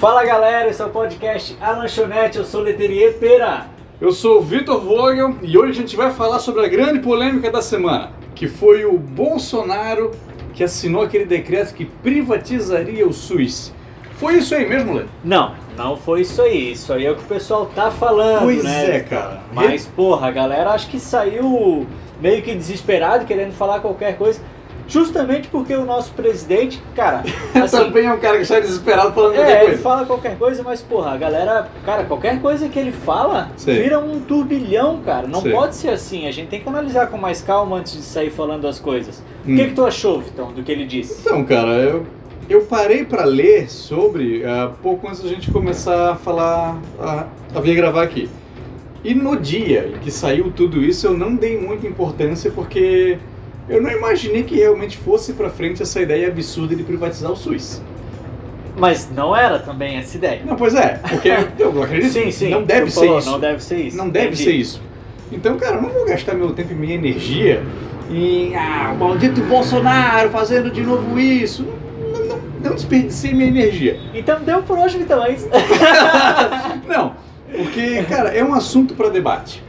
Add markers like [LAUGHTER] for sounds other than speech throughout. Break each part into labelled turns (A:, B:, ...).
A: Fala galera, esse é o podcast A Lanchonete, eu sou o Leterier Pera.
B: Eu sou o Vitor Vogel e hoje a gente vai falar sobre a grande polêmica da semana, que foi o Bolsonaro que assinou aquele decreto que privatizaria o SUS. Foi isso aí mesmo, Lê?
A: Não, não foi isso aí, isso aí é o que o pessoal tá falando,
B: Pois
A: né?
B: é, cara.
A: Mas porra, a galera acho que saiu meio que desesperado, querendo falar qualquer coisa, justamente porque o nosso presidente,
B: [LAUGHS]
A: cara, assim,
B: Também é um cara que está desesperado falando
A: É,
B: qualquer
A: ele
B: coisa.
A: fala qualquer coisa, mas porra, a galera, cara, qualquer coisa que ele fala
B: Sim.
A: vira um turbilhão, cara. Não
B: Sim.
A: pode ser assim. A gente tem que analisar com mais calma antes de sair falando as coisas. O que,
B: Hum.
A: que tu achou, Vitão, do que ele disse?
B: Então, cara, eu, eu parei pra ler sobre ah, pouco antes da gente começar a falar, a, a vir gravar aqui. E no dia em que saiu tudo isso, eu não dei muita importância porque eu não imaginei que realmente fosse pra frente essa ideia absurda de privatizar o SUS.
A: Mas não era também essa ideia.
B: Não, pois é,
A: [LAUGHS]
B: porque eu acredito
A: Sim,
B: que
A: sim.
B: não deve
A: tu
B: ser
A: falou,
B: isso.
A: Não deve ser isso.
B: Não deve
A: Entendi.
B: ser isso. Então, cara, eu não vou gastar meu tempo e minha energia em. Ah, o maldito Bolsonaro fazendo de novo isso. Não, não, não desperdicei minha energia. [LAUGHS]
A: Então deu por hoje, Vitão. É isso.
B: Não, porque, cara, é um assunto pra debate.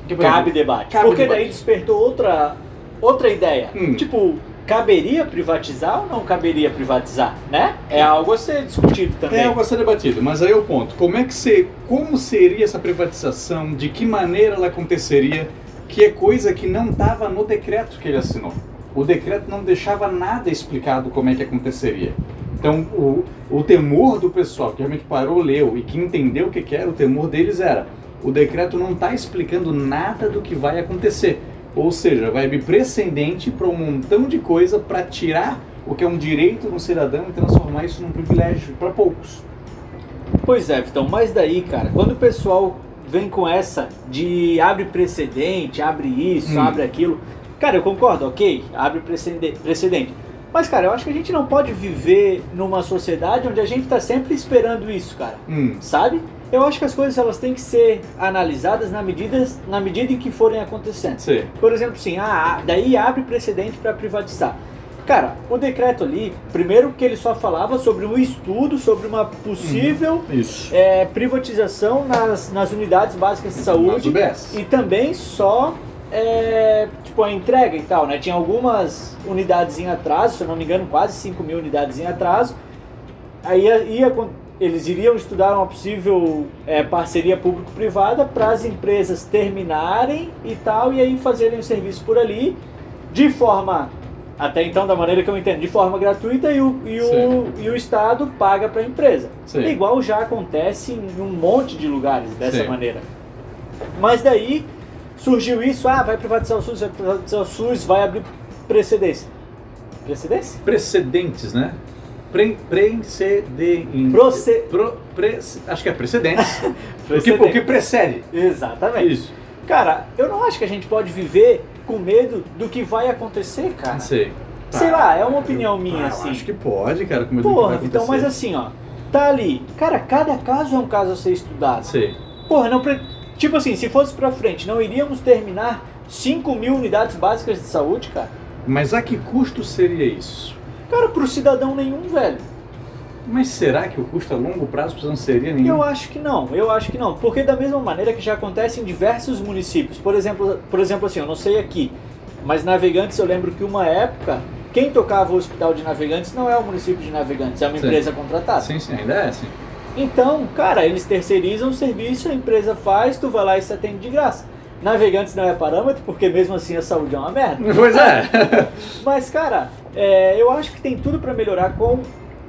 B: Porque, por
A: Cabe
B: exemplo,
A: debate.
B: Cabe
A: porque
B: debate.
A: daí despertou outra, outra ideia.
B: Hum.
A: Tipo, caberia privatizar ou não caberia privatizar, né? É algo a ser discutido também.
B: É algo a ser debatido, mas aí é o ponto. Como é que se, como seria essa privatização? De que maneira ela aconteceria? Que é coisa que não estava no decreto que ele assinou. O decreto não deixava nada explicado como é que aconteceria. Então, o, o temor do pessoal que realmente parou, leu e que entendeu o que, que era, o temor deles era: o decreto não está explicando nada do que vai acontecer. Ou seja, vai abrir precedente para um montão de coisa para tirar o que é um direito de um cidadão e transformar isso num privilégio para poucos.
A: Pois é, Vitão, mas daí, cara, quando o pessoal vem com essa de abre precedente, abre isso,
B: Hum.
A: abre aquilo, cara, eu concordo, ok, abre precede- precedente. Mas, cara, eu acho que a gente não pode viver numa sociedade onde a gente tá sempre esperando isso, cara.
B: Hum,
A: Sabe? Eu acho que as coisas elas têm que ser analisadas na medida, na medida em que forem acontecendo.
B: sei.
A: Por exemplo, assim, ah, ah, daí abre precedente para privatizar. Cara, o decreto ali, primeiro que ele só falava sobre um estudo, sobre uma possível
B: Isso.
A: é, privatização nas, nas unidades básicas de
B: Mas o
A: saúde
B: BS.
A: e também só é, tipo a entrega e tal, né? Tinha algumas unidades em atraso, se eu não me engano, quase 5 mil unidades em atraso. Aí ia- ia con- eles iriam estudar uma possível é, parceria público-privada para as empresas terminarem e tal, e aí fazerem o serviço por ali de forma, até então da maneira que eu entendo, de forma gratuita e o, e o,
B: Sim.
A: e o Estado paga para a empresa.
B: Sim.
A: Igual já acontece em um monte de lugares dessa
B: Sim.
A: maneira. Mas daí surgiu isso, ah, vai privatizar o SUS, vai privatizar o SUS, vai abrir precedência. Precedência?
B: Precedentes, né? Pre, precedem-
A: Proce-
B: Pro- pre- acho que é precedentes. [LAUGHS] o, que,
A: Precedente.
B: o que precede.
A: Exatamente.
B: Isso.
A: Cara, eu não acho que a gente pode viver com medo do que vai acontecer, cara.
B: Não sei.
A: Sei lá, é uma opinião minha,
B: Ah, eu
A: assim.
B: Acho que pode, cara. Como é que vai
A: Porra,
B: acontecer?
A: então, mas assim, ó, tá ali. Cara, cada caso é um caso a ser estudado.
B: Sei.
A: Porra, não. Pre... Tipo assim, se fosse pra frente, não iríamos terminar 5 mil unidades básicas de saúde, cara?
B: Mas a que custo seria isso?
A: Cara, pro cidadão nenhum, velho.
B: Mas será que o custo a longo prazo não seria nenhum?
A: Eu acho que não, eu acho que não. Porque da mesma maneira que já acontece em diversos municípios. Por exemplo, por exemplo assim, eu não sei aqui, mas Navegantes eu lembro que uma época, quem tocava o hospital de Navegantes não é o município de Navegantes, é uma
B: Sim.
A: empresa contratada.
B: Sim, sim, ainda é assim.
A: Então, cara, eles terceirizam o serviço, a empresa faz, tu vai lá e se atende de graça. Navegantes não é parâmetro, porque mesmo assim a saúde é uma merda.
B: [LAUGHS] Pois é.
A: Mas, cara, é, eu acho que tem tudo pra melhorar com,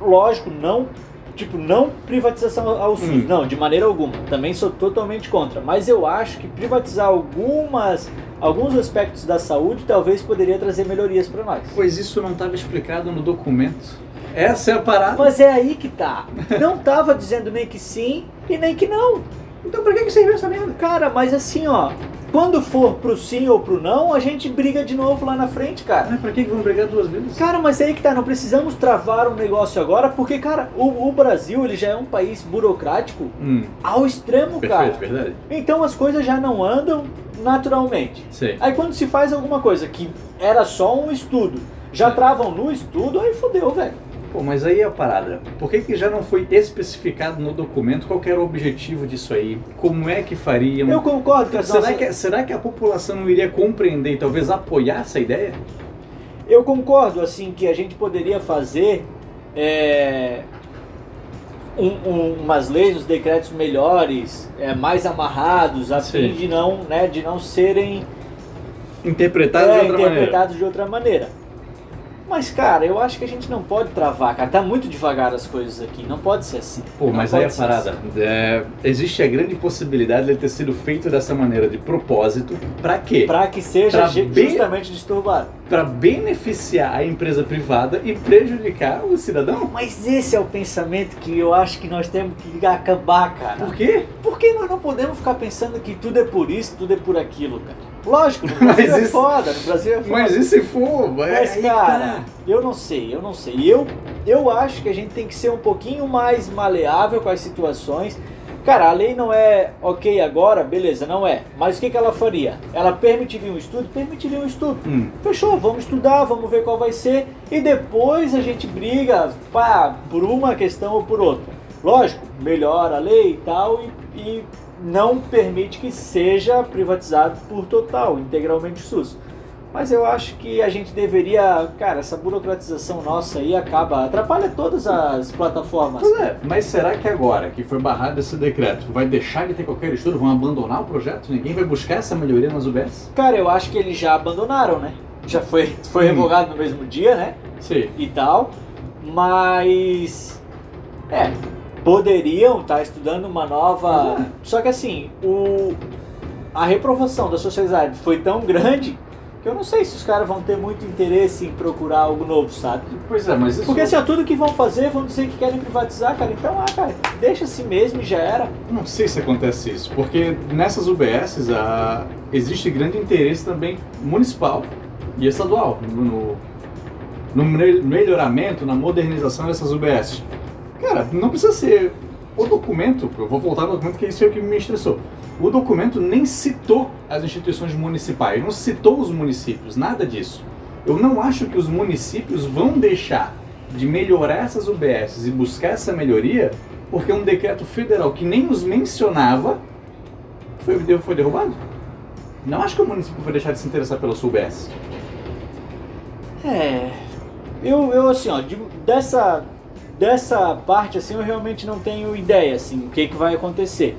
A: lógico, não, tipo, não privatização ao SUS,
B: Hum.
A: não, de maneira alguma. Também sou totalmente contra. Mas eu acho que privatizar algumas, alguns aspectos da saúde talvez poderia trazer melhorias pra nós.
B: pois isso não estava explicado no documento. Essa é a parada.
A: Mas é aí que tá. Não tava dizendo nem que sim e nem que não.
B: Então pra que, que serviu essa merda?
A: Cara, mas assim, ó, quando for pro sim ou pro não, a gente briga de novo lá na frente, cara.
B: Mas né, pra que, que vão brigar duas vezes?
A: Cara, mas aí que tá, não precisamos travar um negócio agora, porque, cara, o, o Brasil ele já é um país burocrático
B: Hum,
A: ao extremo,
B: perfeito,
A: cara.
B: verdade.
A: Então as coisas já não andam naturalmente.
B: Sei.
A: Aí quando se faz alguma coisa que era só um estudo, Já travam no estudo, aí fodeu, velho.
B: Pô, mas aí é a parada. Por que, que já não foi especificado no documento qual que era o objetivo disso aí? Como é que fariam?
A: Eu concordo é que as
B: será,
A: nossas-
B: que, será que a população não iria compreender e talvez apoiar essa ideia?
A: Eu concordo, assim, que a gente poderia fazer é, um- um- umas leis, os decretos melhores, é, mais amarrados, a
B: Sim.
A: fim de não, né, de não serem
B: Interpretar
A: é,
B: Tá de outra maneira.
A: interpretados de outra maneira. Mas, cara, eu acho que a gente não pode travar, cara. Tá muito devagar as coisas aqui. Não pode ser assim.
B: Pô,
A: Não
B: mas
A: pode
B: aí a
A: ser assim.
B: parada. É, existe a grande possibilidade de ele ter sido feito dessa maneira, de propósito. Pra quê?
A: Pra que seja
B: Pra
A: ju-
B: bem-
A: justamente disturbado.
B: Pra beneficiar a empresa privada e prejudicar o cidadão?
A: Mas esse é o pensamento que eu acho que nós temos que acabar, cara.
B: Por quê?
A: Por que nós não podemos ficar pensando que tudo é por isso, tudo é por aquilo, cara? Lógico,
B: [LAUGHS]
A: no
B: Mas
A: Brasil é
B: isso-
A: foda, no Brasil é foda.
B: Mas e se for?
A: Mas,
B: é Aí que
A: cara,
B: tá.
A: eu não sei, eu não sei. Eu, eu acho que a gente tem que ser um pouquinho mais maleável com as situações. Cara, a lei não é ok agora, beleza, não é. Mas o que, que ela faria? Ela permitiria um estudo? Permitiria um estudo.
B: Hum.
A: Fechou, vamos estudar, vamos ver qual vai ser e depois a gente briga pá, por uma questão ou por outra. Lógico, melhora a lei e tal e, e não permite que seja privatizado por total, integralmente o SUS. Mas eu acho que a gente deveria, cara, essa burocratização nossa aí acaba, atrapalha todas as plataformas.
B: Pois é, mas será que agora que foi barrado esse decreto, vai deixar de ter qualquer estudo? Vão abandonar o projeto? Ninguém vai buscar essa melhoria nas UBS?
A: Cara, eu acho que eles já abandonaram, né? Já foi, foi
B: Hum.
A: revogado no mesmo dia, né?
B: Sim.
A: e tal, mas é, poderiam estar estudando uma nova.
B: Mas é.
A: Só que assim, o a reprovação da sociedade foi tão grande que eu não sei se os caras vão ter muito interesse em procurar algo novo, sabe?
B: Pois é, mas isso.
A: Porque assim, ó, tudo que vão fazer, vão dizer que querem privatizar, cara. Então, ah, cara, deixa assim mesmo e já era.
B: Não sei se acontece isso, porque nessas UBSs a... existe grande interesse também municipal e estadual no, no me- melhoramento, na modernização dessas UBSs. Cara, não precisa ser. O documento, eu vou voltar no documento que isso é o que me estressou. O documento nem citou as instituições municipais, não citou os municípios, nada disso. Eu não acho que os municípios vão deixar de melhorar essas UBSs e buscar essa melhoria porque um decreto federal que nem os mencionava foi, foi derrubado. Não acho que o município vai deixar de se interessar pela sua UBS.
A: É. Eu, eu assim, ó, de- dessa, dessa parte assim, eu realmente não tenho ideia, assim, o que, que vai acontecer.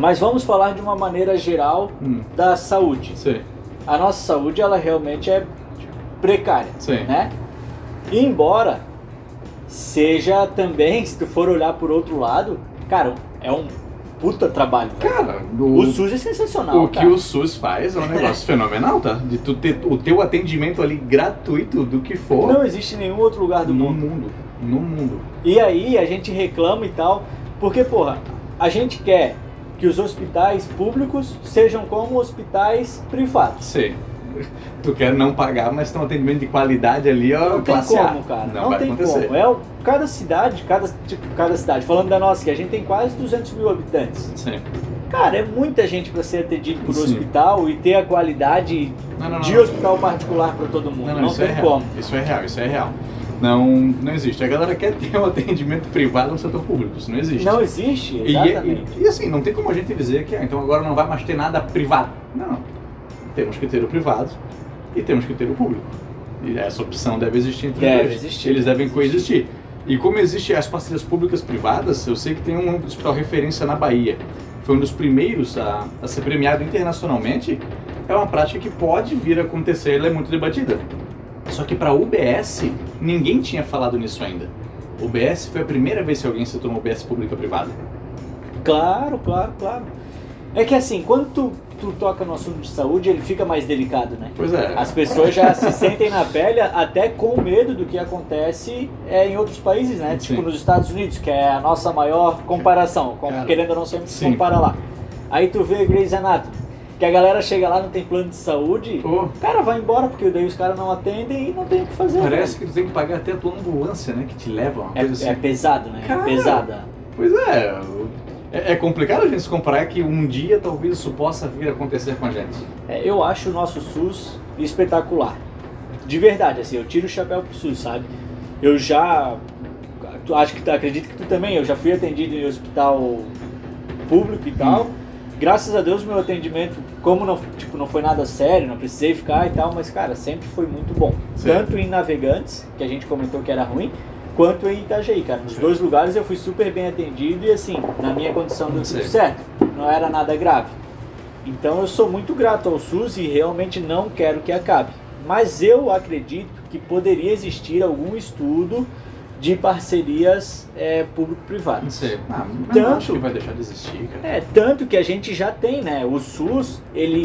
A: Mas vamos falar de uma maneira geral
B: Hum,
A: da saúde.
B: sim,
A: A nossa saúde, ela realmente é precária,
B: sim.
A: né? E embora seja também, se tu for olhar por outro lado, cara, é um puta trabalho. velho.
B: Cara,
A: O
B: o,
A: SUS é sensacional,
B: o que
A: cara.
B: o SUS faz é um [LAUGHS] negócio fenomenal, tá? De tu ter o teu atendimento ali gratuito do que for
A: Não existe em nenhum outro lugar do
B: no
A: mundo.
B: mundo. No mundo.
A: E aí a gente reclama e tal, porque, porra, a gente quer que os hospitais públicos sejam como hospitais privados.
B: Sim. Tu quer não pagar, mas tem um atendimento de qualidade ali, ó,
A: Não tem
B: classe A.
A: como, cara.
B: Não,
A: Não,
B: vai
A: tem
B: acontecer.
A: como. É o- cada cidade, cada, tipo, cada cidade, falando da nossa, que a gente tem quase 200 mil habitantes.
B: Sim.
A: Cara, é muita gente pra ser atendido por
B: Sim.
A: hospital e ter a qualidade
B: Não, não, não.
A: de hospital particular pra todo mundo.
B: Não,
A: Não,
B: não, isso
A: tem
B: é real.
A: como.
B: Isso é real, isso é real. Não, não existe. A galera quer ter um atendimento privado no setor público, isso não existe.
A: Não existe,
B: e,
A: exatamente.
B: e, e assim, não tem como a gente dizer que ah, então agora não vai mais ter nada privado. Não. Temos que ter o privado e temos que ter o público. E essa opção deve existir entre
A: Deve
B: os dois.
A: existir.
B: Eles devem coexistir. E como existem as parcerias públicas privadas, eu sei que tem um hospital referência na Bahia. Foi um dos primeiros a, a ser premiado internacionalmente. É uma prática que pode vir a acontecer, ela é muito debatida. Só que para UBS, ninguém tinha falado nisso ainda. UBS foi a primeira vez que alguém citou uma UBS pública privada.
A: Claro, claro, claro. É que assim, quando tu, tu toca no assunto de saúde, ele fica mais delicado, né?
B: Pois é.
A: As pessoas já se sentem na pele até com medo do que acontece é, em outros países, né?
B: Sim.
A: Tipo nos Estados Unidos, que é a nossa maior comparação, com-
B: Cara,
A: querendo ou não sempre se
B: sim.
A: compara lá. Aí tu vê Grey's Anatomy, que a galera chega lá, não tem plano de saúde,
B: Pô,
A: o cara vai embora, porque daí os caras não atendem e não tem o que fazer.
B: parece que tu tem que pagar até a tua ambulância, né? Que te leva, uma
A: né?
B: coisa
A: é, é
B: assim.
A: pesado, né?
B: Cara.
A: É pesada.
B: Pois é. eu- É, é complicado a gente se comparar que um dia talvez isso possa vir a acontecer com a gente.
A: É, eu acho o nosso SUS espetacular. de verdade, assim, eu tiro o chapéu pro SUS, sabe? Eu já. Tu, acho que tu- acredito que tu também, eu já fui atendido em hospital público e tal. Graças a Deus meu atendimento, como não, tipo, não foi nada sério, não precisei ficar e tal, mas cara, sempre foi muito bom.
B: Sim.
A: Tanto em Navegantes, que a gente comentou que era ruim, quanto em Itajaí, cara. Nos dois lugares eu fui super bem atendido e assim, na minha condição deu tudo
B: Sim.
A: certo. Não era nada grave. Então eu sou muito grato ao SUS e realmente não quero que acabe. Mas eu acredito que poderia existir algum estudo de parcerias é,
B: Não
A: público-privadas.
B: sei. Ah, mas
A: Tanto-
B: não acho que vai deixar de existir, cara.
A: É, tanto que a gente já tem, né? O SUS, ele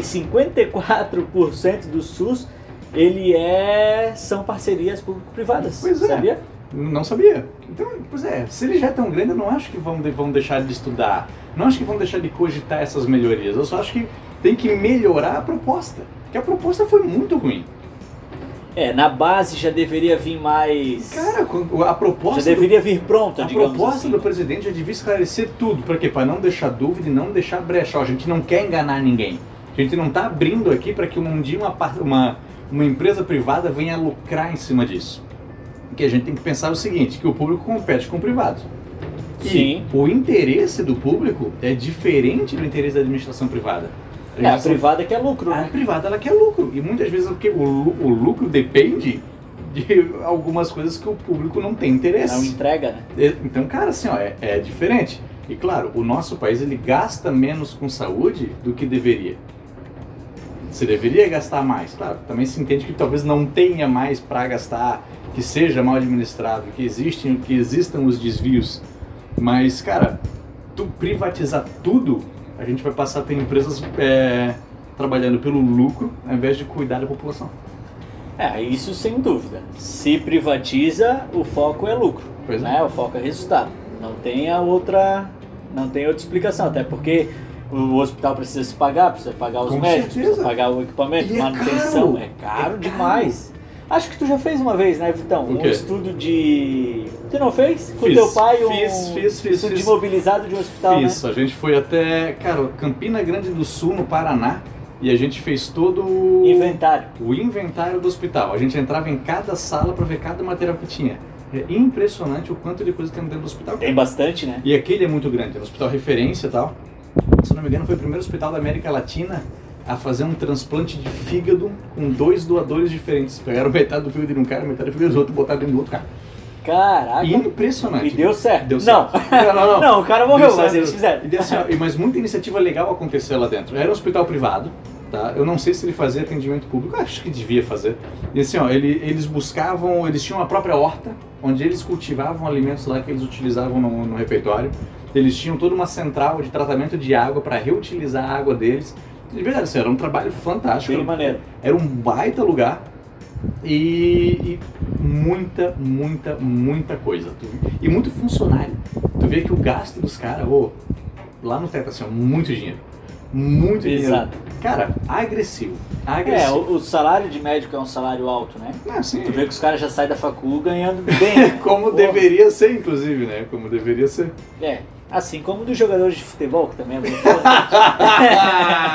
A: 54% do SUS, ele é são parcerias público-privadas,
B: Pois é.
A: sabia?
B: Não sabia. Então, pois é, se ele já é tão grande, eu não acho que vão, de- vão deixar de estudar. Não acho que vão deixar de cogitar essas melhorias. Eu só acho que tem que melhorar a proposta. Porque a proposta foi muito ruim.
A: É, na base já deveria vir mais
B: Cara, quando- a
A: já
B: proposta. do-
A: deveria vir pronta,
B: A
A: digamos
B: proposta
A: assim.
B: do presidente já devia esclarecer tudo, para quê? Para não deixar dúvida e não deixar brecha. Ó, a gente não quer enganar ninguém. A gente não está abrindo aqui para que um dia uma, par- uma, uma empresa privada venha lucrar em cima disso. Porque a gente tem que pensar o seguinte, que o público compete com o privado. E
A: Sim.
B: o interesse do público é diferente do interesse da administração privada.
A: É, a
B: administração
A: privada que é lucro,
B: a
A: né?
B: privada ela quer lucro. E muitas vezes é porque o, lu- o lucro depende de algumas coisas que o público não tem interesse.
A: Não entrega, né?
B: E- Então, cara, assim, ó, é, é diferente. E claro, o nosso país ele gasta menos com saúde do que deveria. Você deveria gastar mais, claro. Também se entende que talvez não tenha mais para gastar, que seja mal administrado, que existem, que existam os desvios. Mas, cara, tu privatizar tudo, a gente vai passar a ter empresas é, trabalhando pelo lucro ao invés de cuidar da população.
A: É, isso sem dúvida. Se privatiza, o foco é lucro,
B: Pois é.
A: né? O foco é resultado. Não tem a outra, não tem outra explicação, até porque o hospital precisa se pagar, precisa pagar os
B: Com
A: médicos,
B: certeza.
A: precisa pagar o equipamento,
B: E é
A: manutenção,
B: caro.
A: é caro,
B: É caro.
A: demais. Acho que tu já fez uma vez, né, Vitão?
B: O
A: Um
B: quê?
A: estudo de. Tu não fez? Com
B: Fiz.
A: teu pai um
B: Fiz, fiz, fiz,
A: estudo
B: fiz.
A: de mobilizado de hospital, né?
B: Fiz, a gente foi até, cara, Campina Grande do Sul, no Paraná, e a gente fez todo o-
A: né? Inventário.
B: o inventário do hospital. A gente entrava em cada sala pra ver cada material que tinha. É impressionante o quanto de coisa tem dentro do hospital.
A: Tem bastante, né?
B: E aquele é muito grande, é um hospital referência e tal. Se eu não me engano, foi o primeiro hospital da América Latina a fazer um transplante de fígado com dois doadores diferentes. Pegaram metade do fígado de um cara, metade do fígado do outro, e botaram dentro do outro cara.
A: Caraca.
B: Impressionante.
A: E deu certo.
B: Deu
A: Ah, [LAUGHS] não.
B: certo. Não, não, não.
A: Não, o cara morreu,
B: Deu
A: mas
B: certo.
A: eles fizeram.
B: E deu certo. E- mas muita iniciativa legal aconteceu lá dentro. Era um hospital privado, tá? Eu não sei se ele fazia atendimento público, acho que devia fazer. E assim, ó, ele- eles buscavam, eles tinham a própria horta, onde eles cultivavam alimentos lá que eles utilizavam no, no refeitório. Eles tinham toda uma central de tratamento de água para reutilizar a água deles. De verdade, assim, era um trabalho fantástico.
A: Bem maneiro.
B: Era um baita lugar e, e muita, muita, muita coisa. Tu- E muito funcionário. Tu vê que o gasto dos caras, ô, lá no teto, assim, ó, muito dinheiro. Muito dinheiro.
A: Exato.
B: Cara, agressivo.
A: É,
B: Agressivo.
A: o, o salário de médico é um salário alto, né?
B: É, assim,
A: Tu vê que os caras já saem da facul ganhando bem. né?
B: [LAUGHS] como
A: Pô,
B: deveria ser, inclusive, né? Como
A: [LAUGHS]
B: deveria ser.
A: É, assim como dos jogadores de futebol, que também é muito importante.
B: [LAUGHS]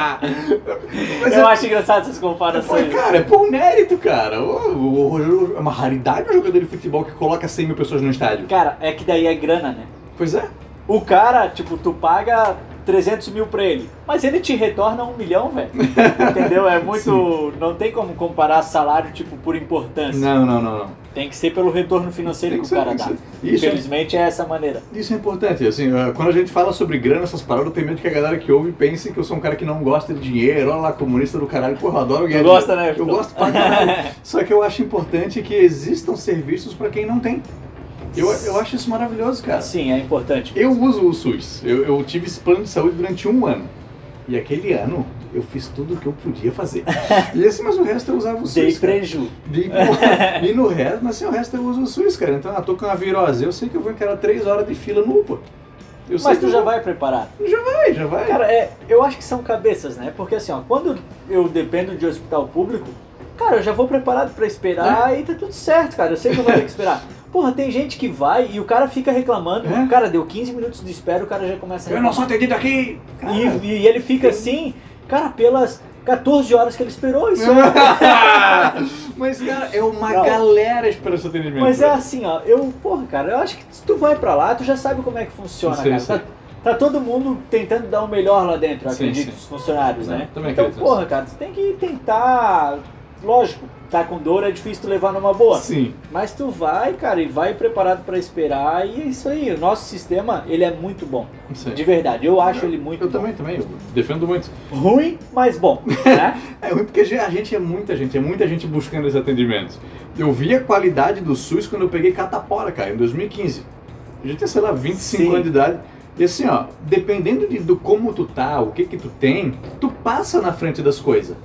B: Mas
A: Eu
B: é-
A: acho engraçado essas
B: Pô,
A: comparações.
B: cara, é por mérito, cara. Ô, o- o- É uma raridade um jogador de futebol que coloca 100 mil pessoas no estádio.
A: Cara, é que daí é grana, né?
B: Pois é.
A: O cara, tipo, tu paga 300 mil pra ele, mas ele te retorna um milhão,
B: [LAUGHS]
A: velho. Entendeu? É muito. Não tem como comparar salário, tipo, por importância.
B: Não, não, não, não.
A: Tem que ser pelo retorno financeiro
B: Tem
A: que,
B: que
A: o
B: ser,
A: cara
B: tem
A: dá.
B: que ser. Isso é-
A: Infelizmente é essa maneira.
B: Isso é importante, assim, eh, quando a gente fala sobre grana, essas paradas, eu tenho medo que a galera que ouve pense que eu sou um cara que não gosta de dinheiro, olha lá, comunista do caralho, porra, eu adoro ganhar
A: Tu gosta,
B: dinheiro.
A: né,
B: Eu
A: Vitor?
B: gosto
A: [LAUGHS]
B: pra caralho. Só que eu acho importante que existam serviços pra quem não tem. Eu, eu acho isso maravilhoso, cara.
A: Sim, é importante.
B: Eu uso o SUS, eu, eu tive esse plano de saúde durante um ano. E aquele ano, eu fiz tudo o que eu
A: [LAUGHS]
B: podia fazer. E esse, mas o resto eu usava o SUS.
A: Dei
B: cara.
A: preju. [LAUGHS]
B: De- e no resto, mas assim, o resto eu uso o SUS, cara. Então, ah, tô com uma virose, eu sei que eu vou encarar três horas de fila no UPA. Eu sei
A: Mas
B: que
A: tu
B: eu
A: já
B: vou-
A: vai preparado.
B: vai, já vai.
A: Cara, é, eu acho que são cabeças, né? Porque assim, ó, quando eu dependo de hospital público, cara, eu já vou preparado pra esperar e tá tudo certo, cara. Eu sei que eu vou ter que esperar. Porra, tem gente que vai e o cara fica reclamando.
B: É?
A: Cara, deu 15 minutos de espera, o cara já começa a
B: eu não
A: reclamar.
B: sou atendido aqui! Cara,
A: E, e ele fica assim, cara, pelas. 14 horas que ele esperou isso.
B: [LAUGHS] É.
A: é
B: Mas, cara, é uma
A: Não.
B: galera esperando esse atendimento.
A: Mas é assim, ó, eu, porra, cara, eu acho que se tu vai pra lá, tu já sabe como é que funciona,
B: Sim,
A: cara.
B: sim.
A: Tá, tá todo mundo tentando dar o melhor lá dentro, eu
B: Sim,
A: acredito,
B: sim.
A: os funcionários,
B: Não,
A: né?
B: também
A: então,
B: acredito
A: porra, cara, tu tem que tentar. Lógico, tá com dor, é difícil tu levar numa boa.
B: Sim.
A: Mas tu vai, cara, e vai preparado pra esperar, e é isso aí. O nosso sistema, ele é muito bom.
B: Sim.
A: De verdade, eu acho ele muito
B: Eu
A: bom.
B: também, também. Eu defendo muito.
A: Ruim, mas bom,
B: [LAUGHS]
A: né?
B: É ruim porque a gente é muita gente, é muita gente buscando esses atendimentos. Eu vi a qualidade do SUS quando eu peguei Catapora, cara, em 2015. A gente tem, sei lá, 25
A: Sim.
B: anos de idade. E assim, ó, dependendo de, do como tu tá, o que que tu tem, tu passa na frente das coisas.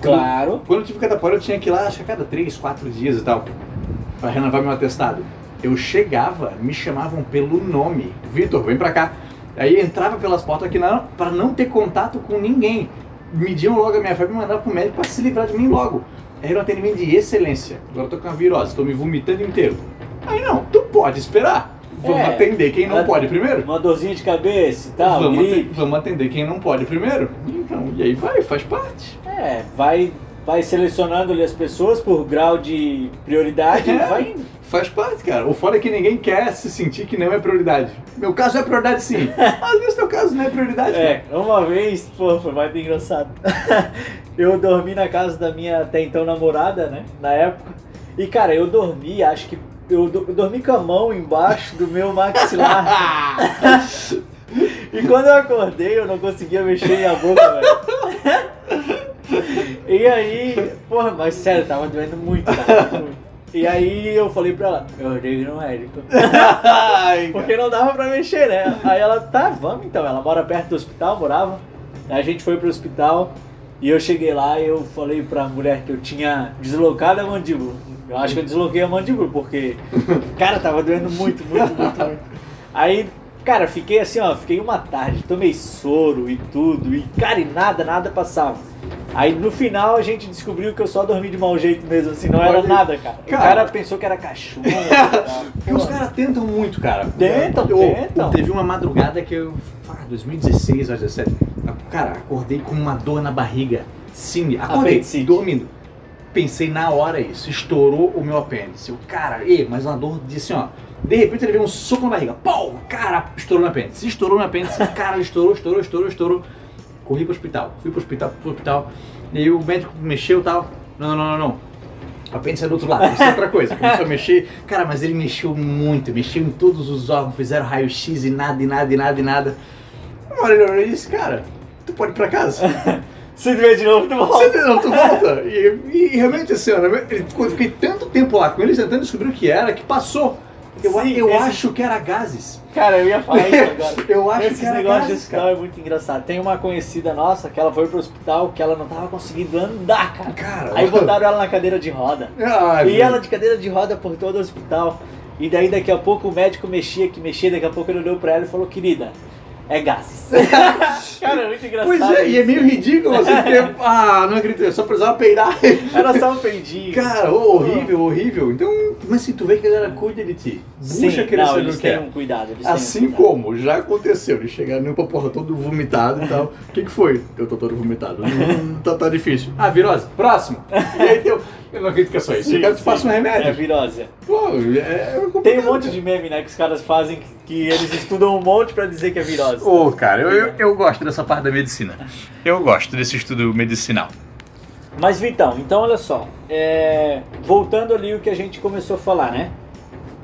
A: claro.
B: Quando eu tive catapora, eu tinha que ir lá, acho que a cada 3, 4 dias e tal, pra renovar meu atestado. Eu chegava, me chamavam pelo nome. Vitor, vem pra cá. Aí entrava pelas portas aqui na- pra não ter contato com ninguém. Mediam logo a minha febre e mandavam pro médico pra se livrar de mim logo. Era um atendimento de excelência. Agora eu tô com uma virose, tô me vomitando inteiro. Aí não, tu pode esperar. Vamos
A: É. tá
B: atender quem não
A: Ah,
B: pode primeiro?
A: Uma dorzinha de cabeça e tal,
B: vamos,
A: gripe.
B: aten- vamos atender quem não pode primeiro? Então, e aí vai, faz parte.
A: É, vai, vai selecionando ali as pessoas por grau de prioridade e
B: É.
A: vai indo.
B: Faz parte, cara. O foda é que ninguém quer se sentir que não é prioridade. Meu caso é prioridade
A: [LAUGHS]
B: sim. Às vezes teu caso não é prioridade.
A: É,
B: cara.
A: uma vez, pô, foi mais engraçado. [LAUGHS] eu dormi na casa da minha até então namorada, né? Na época. E cara, eu dormi, acho que. Eu, do- eu dormi com a mão embaixo do meu
B: [LAUGHS]
A: maxilar. e quando eu acordei, eu não conseguia mexer a boca, velho. E aí, porra, mas sério, tava doendo muito, tava doendo muito. E aí eu falei pra ela, eu odeio no médico.
B: Ai, cara.
A: Porque não dava pra mexer, né? Aí ela, tá, vamos então. Ela mora perto do hospital, morava. Aí a gente foi pro hospital e eu cheguei lá e eu falei pra mulher que eu tinha deslocado a mandíbula. Eu acho que eu desloquei a mandíbula,
B: [LAUGHS]
A: porque, cara, tava doendo muito, muito, muito, muito. Aí, cara, fiquei assim, ó, fiquei uma tarde, tomei soro e tudo, e, cara, e nada, nada passava. Aí no final a gente descobriu que eu só dormi de mau jeito mesmo, assim, não era
B: Olha-
A: nada, cara. O
B: Cara-
A: cara pensou que era cachorro. né? e tal.
B: [LAUGHS] Porque os caras tentam muito, cara.
A: Tentam,
B: Eu-
A: tentam.
B: Teve uma madrugada que eu. Ah, 2016 ou 2017. Cara, acordei com uma dor na barriga. Sim, acordei
A: Apendicite.
B: dormindo. Pensei na hora isso. Estourou o meu apêndice. Eu, cara, e, mas uma dor de assim, ó. De repente ele veio um soco na barriga. Pau! Cara, estourou meu apêndice. Estourou meu
A: [LAUGHS]
B: apêndice. Cara, estourou, estourou, estourou, estourou. Corri pro hospital. Fui pro hospital, pro hospital. E aí o médico mexeu e tal. Não, não, não, não, não. O apêndice é do outro lado, isso é outra coisa. Começou a mexer. Cara, mas ele mexeu muito, mexeu em todos os órgãos, fizeram raio-x e nada, e nada, e nada, e nada. Uma hora ele olhou e disse, cara, tu pode ir pra casa.
A: [LAUGHS] Se tiver de novo, tu volta.
B: Você não, tu volta. E, e realmente, assim, olha, ele- eu fiquei tanto tempo lá com ele, tentando descobrir o que era, que passou. Eu,
A: Sim,
B: eu
A: esse-
B: acho que era gases.
A: [LAUGHS] Cara, eu ia falar isso agora.
B: eu acho
A: Esses
B: que era
A: negócios de
B: gases,
A: hospital
B: cara.
A: é muito engraçado. Tem uma conhecida nossa que ela foi pro hospital que ela não tava conseguindo andar, cara.
B: Cara,
A: Aí botaram ela na cadeira de roda.
B: Ai,
A: E
B: meu-
A: ela de cadeira de roda por todo o hospital. E daí daqui a pouco o médico mexia, que mexia, daqui a pouco ele olhou pra ela e falou, querida, é
B: [LAUGHS]
A: gases. cara, é muito engraçado.
B: Pois é, e é meio ridículo assim, porque,
A: [LAUGHS]
B: ah, não acredito, eu só precisava peidar.
A: Era só um pendinho.
B: Cara, ô, horrível, horrível. Então, mas se tu vê que a galera cuida de ti,
A: Sim,
B: busca aquele
A: não,
B: ser
A: eles
B: que
A: têm
B: é.
A: um cuidado. Eles têm um
B: Assim
A: cuidado.
B: como já aconteceu, eles chegaram nem pra porra todo vomitado e tal. O que, que foi? Eu tô todo vomitado. Hum, tá, tá difícil. Ah, virose, próximo. E aí deu. Eu não acredito que é só isso.
A: Sim,
B: eu quero que tu
A: sim.
B: passe um
A: É
B: remédio.
A: virose.
B: Pô, é, é complicado.
A: Tem um monte de meme, né, que os caras fazem que, que eles estudam um monte pra dizer que é virose.
B: Ô, cara, eu, eu, eu gosto dessa parte da medicina. Eu gosto desse estudo medicinal.
A: Mas Vitão, então olha só, é, voltando ali o que a gente começou a falar, né?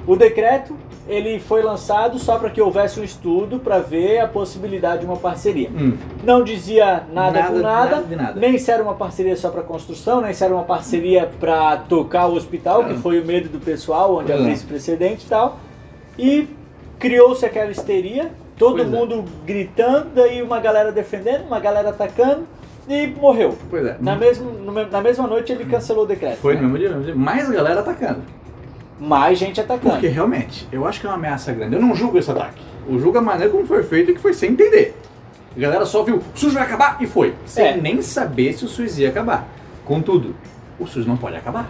A: O decreto ele foi lançado só para que houvesse um estudo para ver a possibilidade de uma parceria.
B: Hum,
A: Não dizia nada,
B: Nada-
A: com nada,
B: nada de nada.
A: nem se era uma parceria só para construção, nem se era uma parceria para tocar o hospital, que
B: Não.
A: foi o medo do pessoal, onde
B: Pois
A: havia
B: é.
A: esse precedente e tal. E criou-se aquela histeria, todo
B: Pois é.
A: mundo gritando, e uma galera defendendo, uma galera atacando, e morreu.
B: pois é.
A: Na mesma, no me- na mesma noite ele cancelou o decreto.
B: Foi
A: né?
B: no mesmo dia, no mesmo dia. Mais galera atacando.
A: Mais gente atacando.
B: Porque realmente, eu acho que é uma ameaça grande. Eu não julgo esse ataque. Eu julgo a maneira como foi feito e que foi sem entender. A galera só viu, o SUS vai acabar e foi. Sem
A: É.
B: nem saber se o SUS ia acabar. Contudo, o SUS não pode acabar.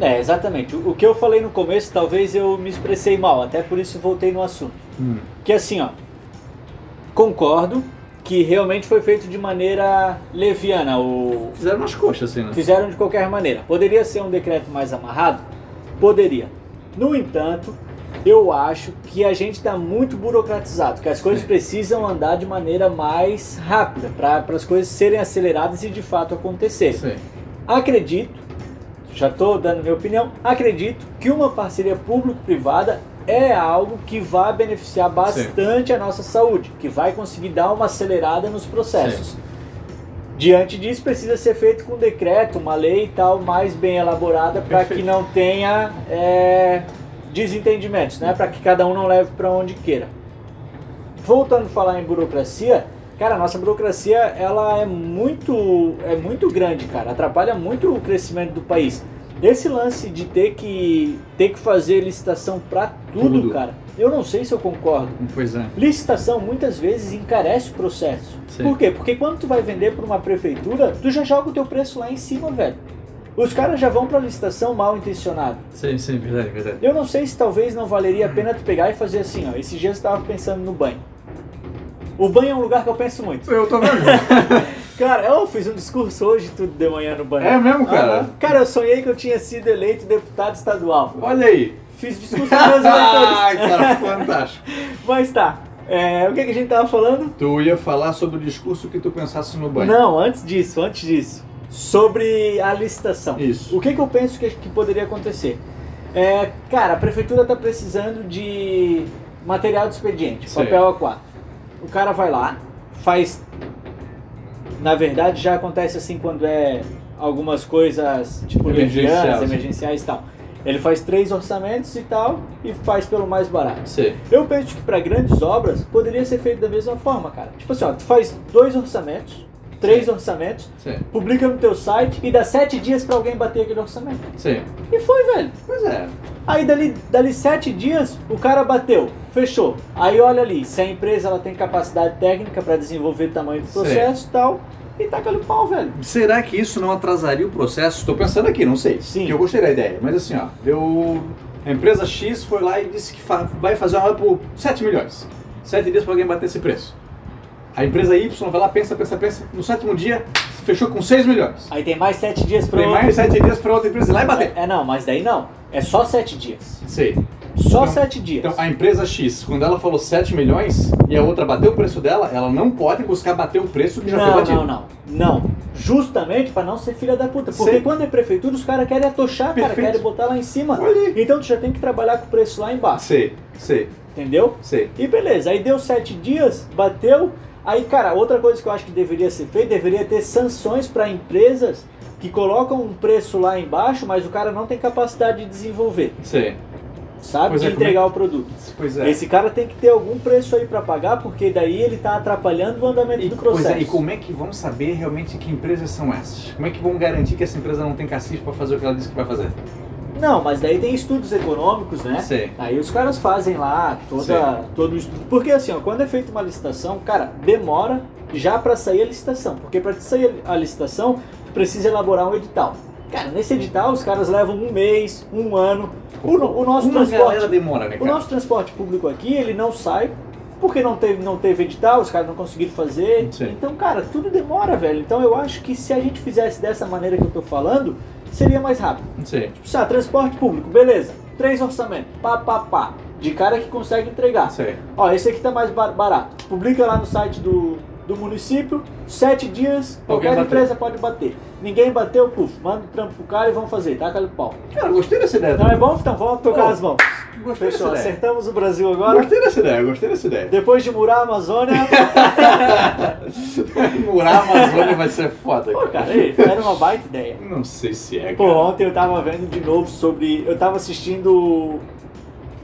A: É, exatamente. O, o que eu falei no começo, talvez eu me expressei
B: Hum.
A: mal, até por isso voltei no assunto. Que assim, ó, concordo que realmente foi feito de maneira leviana. O...
B: Fizeram nas coxas, assim, né?
A: Fizeram de qualquer maneira. Poderia ser um decreto mais amarrado? Poderia. No entanto, eu acho que a gente está muito burocratizado, que as coisas precisam andar de maneira mais rápida, para as coisas serem aceleradas e de fato acontecerem.
B: Sim.
A: Acredito, já estou dando minha opinião, acredito que uma parceria público-privada é algo que vai beneficiar bastante a nossa saúde, que vai conseguir dar uma acelerada nos processos. Diante disso, precisa ser feito com decreto, uma lei e tal mais bem elaborada para que
B: Perfeito.
A: não tenha é, desentendimentos, né? Para que cada um não leve para onde queira. Voltando a falar em burocracia, cara, a nossa burocracia ela é muito é muito grande, cara. Atrapalha muito o crescimento do país. Esse lance de ter que ter que fazer licitação para tudo,
B: Tudo.
A: cara. Eu não sei se eu concordo.
B: Pois é.
A: Licitação muitas vezes encarece o processo.
B: Sim.
A: Por quê? Porque quando tu vai vender para uma prefeitura, tu já joga o teu preço lá em cima, velho. Os caras já vão para licitação mal intencionado.
B: Sim, sim, verdade, verdade.
A: Eu não sei se talvez não valeria a pena tu pegar e fazer assim, ó. Esses dias eu estava pensando no banho. O banho é um lugar que eu penso muito.
B: Eu tô vendo.
A: Cara, eu fiz um discurso hoje tudo de manhã no banho.
B: É [LAUGHS] mesmo, cara?
A: Aham. Cara, eu sonhei que eu tinha sido eleito deputado estadual.
B: Olha aí.
A: Fiz discurso para meus eleitores.
B: [LAUGHS] Ai, cara, fantástico.
A: Mas tá. É, o que, que a gente tava falando?
B: Tu ia falar sobre o discurso que tu pensasse no banho.
A: Não, antes disso, antes disso. Sobre a licitação.
B: Isso.
A: O que, que eu penso que, que poderia acontecer? É, cara, a prefeitura está precisando de material de expediente,
B: Sim.
A: papel A4. O cara vai lá, faz. Na verdade, já acontece assim quando é algumas coisas tipo
B: Emergenciais.
A: levianas, emergenciais e tal. Ele faz três orçamentos e tal e faz pelo mais barato.
B: Sim.
A: Eu penso que para grandes obras poderia ser feito da mesma forma, cara. Tipo assim, ó, tu faz dois orçamentos, três orçamentos,
B: Sim.
A: publica no teu site e dá sete dias pra alguém bater aquele orçamento.
B: Sim.
A: E foi, velho.
B: Pois é.
A: Aí dali, dali sete dias o cara bateu, fechou. Aí olha ali, se a empresa ela tem capacidade técnica pra desenvolver o tamanho do
B: Sim.
A: processo e tal, e taca o pau, velho.
B: Será que isso não atrasaria o processo? Estou pensando aqui, não sei.
A: Sim.
B: Que eu gostei da ideia. Mas assim, ó, eu... a empresa X foi lá e disse que fa- vai fazer uma obra por 7 milhões. 7 dias para alguém bater esse preço. A empresa Y vai lá, pensa, pensa, pensa. No sétimo dia, fechou com 6 milhões.
A: Aí tem mais sete dias pra
B: Tem
A: outro-
B: mais 7 dias para outra empresa ir lá e bater.
A: É não, mas daí não. É só sete dias.
B: Sei.
A: Só
B: Então-
A: sete dias.
B: Então, a empresa X, quando ela falou 7 milhões e a outra bateu o preço dela, ela não pode buscar bater o preço que já foi
A: Não,
B: batido.
A: não, não. Não. Justamente pra não ser filha da puta. Porque
B: Sei.
A: quando é prefeitura, os caras querem atochar, cara,
B: Perfeito.
A: querem botar lá em cima.
B: Olha aí. Ah,
A: Então tu já tem que trabalhar com o preço lá embaixo,
B: Sei, sei,
A: entendeu?
B: sei.
A: E beleza, aí deu sete dias, bateu. Aí, cara, outra coisa que eu acho que deveria ser feita, deveria ter sanções pra empresas que colocam um preço lá embaixo, mas o cara não tem capacidade de desenvolver,
B: Sei.
A: sabe?
B: Pois
A: de
B: é, como é-
A: entregar o produto.
B: Pois é.
A: Esse cara tem que ter algum preço aí pra pagar, porque daí ele tá atrapalhando o andamento
B: E,
A: do
B: pois
A: processo.
B: é, e como é que vão saber realmente que empresas são essas? Como é que vão garantir que essa empresa não tem cacife para fazer o que ela disse que vai fazer?
A: Não, mas daí tem estudos econômicos, né?
B: Sei.
A: Aí os caras fazem lá toda, todo o estudo. Porque assim, ó, quando é feita uma licitação, cara, demora já pra sair a licitação. Porque pra sair a licitação, tu precisa elaborar um edital. Cara, nesse edital os caras levam um mês, um ano. O, no- o nosso
B: Uma galera
A: transporte,
B: demora, né,
A: o
B: cara?
A: nosso transporte público aqui, ele não sai porque não teve, não teve edital, os caras não conseguiram fazer.
B: Sim.
A: Então, cara, tudo demora, velho. Então eu acho que se a gente fizesse dessa maneira que eu tô falando, seria mais rápido.
B: Não sei.
A: Tipo, sei lá, transporte público, beleza. Três orçamentos, pá, pá, pá. De cara que consegue entregar.
B: Não sei.
A: Ó, esse aqui tá mais bar- barato. Publica lá no site do, do município, sete dias,
B: Alguém
A: qualquer
B: bateu.
A: empresa pode bater. Ninguém bateu, puf, manda o trampo pro cara e vamos fazer, taca no pau.
B: Cara, gostei dessa ideia.
A: Não é bom, então? Vamos tocar
B: Pô,
A: as mãos.
B: Tá Gostei
A: Fechou,
B: dessa ideia.
A: acertamos o Brasil agora.
B: Gostei dessa ideia, gostei dessa ideia. [LAUGHS]
A: Depois de murar a Amazônia.
B: Murar a Amazônia vai ser foda.
A: Pô, cara, aí, era uma baita ideia.
B: Não sei se é, cara.
A: Pô, ontem eu tava vendo de novo sobre. Eu tava assistindo o.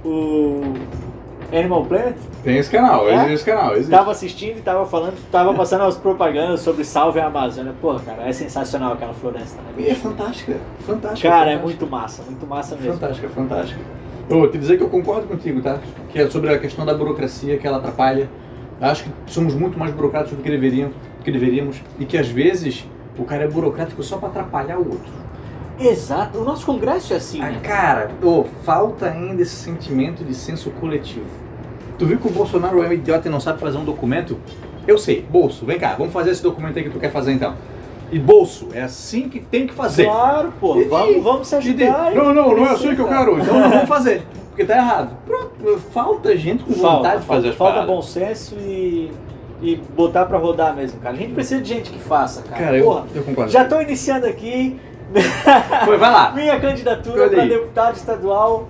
A: o Animal Planet.
B: Tem esse canal,
A: É?
B: existe esse canal, existe.
A: Tava assistindo e tava falando, tava passando as propagandas sobre Salve a Amazônia. Porra, cara, é sensacional aquela floresta, né?
B: E é fantástica, fantástica.
A: Cara, é
B: fantástica.
A: muito massa, muito massa mesmo.
B: Fantástica, fantástica. Eu vou te dizer que eu concordo contigo, tá? Que é sobre a questão da burocracia, que ela atrapalha. Acho que somos muito mais burocráticos do que, deveriam, do que deveríamos. E que às vezes o cara é burocrático só pra atrapalhar o outro.
A: Exato, o nosso congresso é assim,
B: Ah,
A: né?
B: cara, ô, falta ainda esse sentimento de senso coletivo. Tu viu que o Bolsonaro é um idiota e não sabe fazer um documento? Eu sei, bolso, vem cá, vamos fazer esse documento aí que tu quer fazer então. E bolso, é assim que tem que fazer.
A: Claro, pô,
B: E-
A: vamos, vamos se
B: e de-
A: ajudar.
B: Não, não, não é assim
A: Precisa.
B: que eu quero, então não vamos fazer. Porque tá errado. Pronto, falta gente com vontade de fazer as
A: falta
B: paradas.
A: bom senso e, e botar pra rodar mesmo, cara. A gente precisa de gente que faça, cara.
B: Cara, eu,
A: Porra,
B: eu concordo.
A: já tô iniciando aqui
B: Foi, vai lá.
A: minha candidatura
B: Olha
A: pra
B: aí.
A: deputado estadual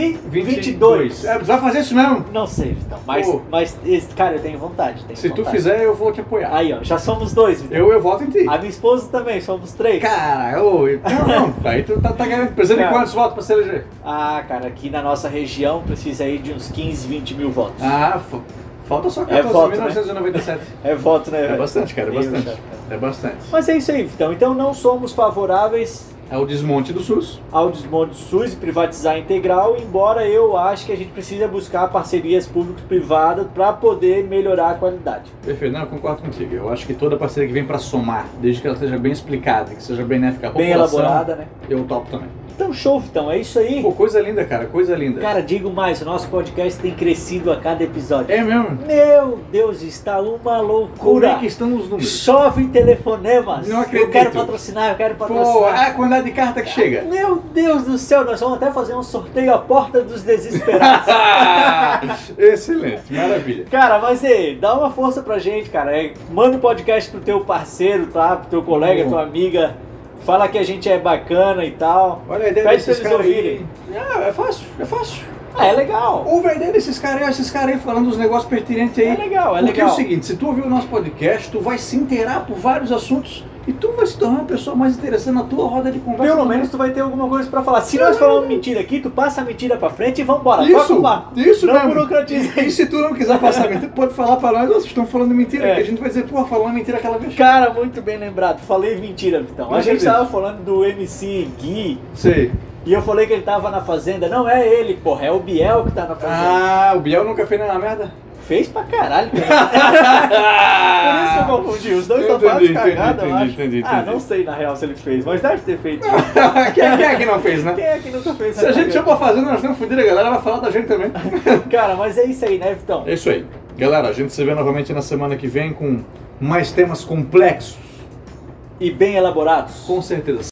A: 2022.
B: É, vai fazer isso mesmo.
A: Não sei, Vitão, mas,
B: Pô.
A: mas esse- cara, eu tenho vontade. Tenho
B: Se tu
A: vontade.
B: fizer, eu vou te apoiar.
A: Aí, ó, já somos dois, Vitão.
B: Eu, eu voto em ti.
A: A minha esposa também, somos três.
B: Cara, ô, então não. Aí tu tá, tá querendo- precisando de
A: Cara.
B: quantos votos pra se eleger?
A: Ah, cara, aqui na nossa região precisa aí de uns 15, 20 mil votos.
B: Ah, fa- falta só
A: É voto,
B: 14.997.
A: É voto, né?
B: É
A: velho?
B: bastante, cara, é
A: Meu
B: bastante.
A: Deus,
B: É bastante.
A: Mas é isso aí, Vitão. Então não somos favoráveis
B: É o desmonte do SUS.
A: ao desmonte do SUS e privatizar a integral, embora eu acho que a gente precisa buscar parcerias público-privadas para poder melhorar a qualidade.
B: Perfeito, não, eu concordo contigo. Eu acho que toda parceria que vem pra somar, desde que ela seja bem explicada, que seja benéfica à
A: Bem
B: população,
A: elaborada, né?
B: eu topo também.
A: Então show, Vitão. É isso aí.
B: Pô, coisa linda, cara, coisa linda.
A: Cara, digo mais, o nosso podcast tem crescido a cada episódio.
B: é mesmo?
A: Meu Deus, está uma
B: Como
A: loucura.
B: é que estão os números?
A: Chove telefonemas.
B: Não
A: Eu quero
B: acredito.
A: patrocinar, eu quero
B: Pô, é.
A: patrocinar.
B: a quantidade de carta
A: [LAUGHS]
B: que chega.
A: Meu Deus do céu, nós vamos até fazer um sorteio à porta dos desesperados.
B: [LAUGHS] Excelente, maravilha.
A: Cara, mas ei, dá uma força pra gente, cara. É, manda o podcast pro teu parceiro, tá? Pro teu colega,
B: Bom.
A: tua amiga. Fala que a gente é bacana e tal.
B: Olha a ideia
A: Pede
B: desses
A: pra
B: caras
A: eles
B: aí. Ah, é fácil, é fácil.
A: Ah, é legal.
B: Ouve a ideia desses caras aí, esses caras aí falando dos negócios pertinentes aí.
A: É legal, é
B: Porque
A: legal.
B: é o seguinte, se tu ouvir o nosso podcast, tu vai se inteirar por vários assuntos e tu vai se tornar uma pessoa mais interessante na tua roda de conversa.
A: Pelo
B: também.
A: menos tu vai ter alguma coisa pra falar. Se nós falarmos mentira aqui, tu passa a mentira pra frente e vambora. Toca o
B: Isso,
A: barco.
B: isso
A: Não
B: mesmo.
A: burocratiza
B: E se tu não quiser passar mentira, pode falar pra nós, "Nossa, vocês estão falando mentira,
A: É.
B: que a gente vai dizer, pô, falou uma mentira aquela vez.
A: Cara, muito bem lembrado. Falei mentira, Vitão.
B: Não
A: A gente
B: acredito.
A: tava falando do MC Gui
B: Sei.
A: e eu falei que ele tava na fazenda. Não é ele, porra. É o Biel que tá na fazenda.
B: Ah, o Biel nunca fez nada na [LAUGHS] merda?
A: Fez pra caralho, cara.
B: [LAUGHS]
A: Por isso que eu
B: Ah!
A: confundi, os dois
B: Eu
A: são
B: entendi,
A: quase cagados, eu
B: entendi,
A: acho.
B: entendi,
A: Ah,
B: entendi.
A: não sei na real se ele fez, mas deve ter
B: [LAUGHS]
A: feito.
B: quem, é- quem é que não fez, né?
A: Quem é que nunca fez
B: Se a
A: essa
B: gente
A: cagada?
B: chama fazenda, nós temos fudido, a galera vai falar da gente também.
A: Cara, mas é isso aí, né, Vitão?
B: É isso aí. Galera, a gente se vê novamente na semana que vem com mais temas complexos.
A: E bem elaborados.
B: Com certeza.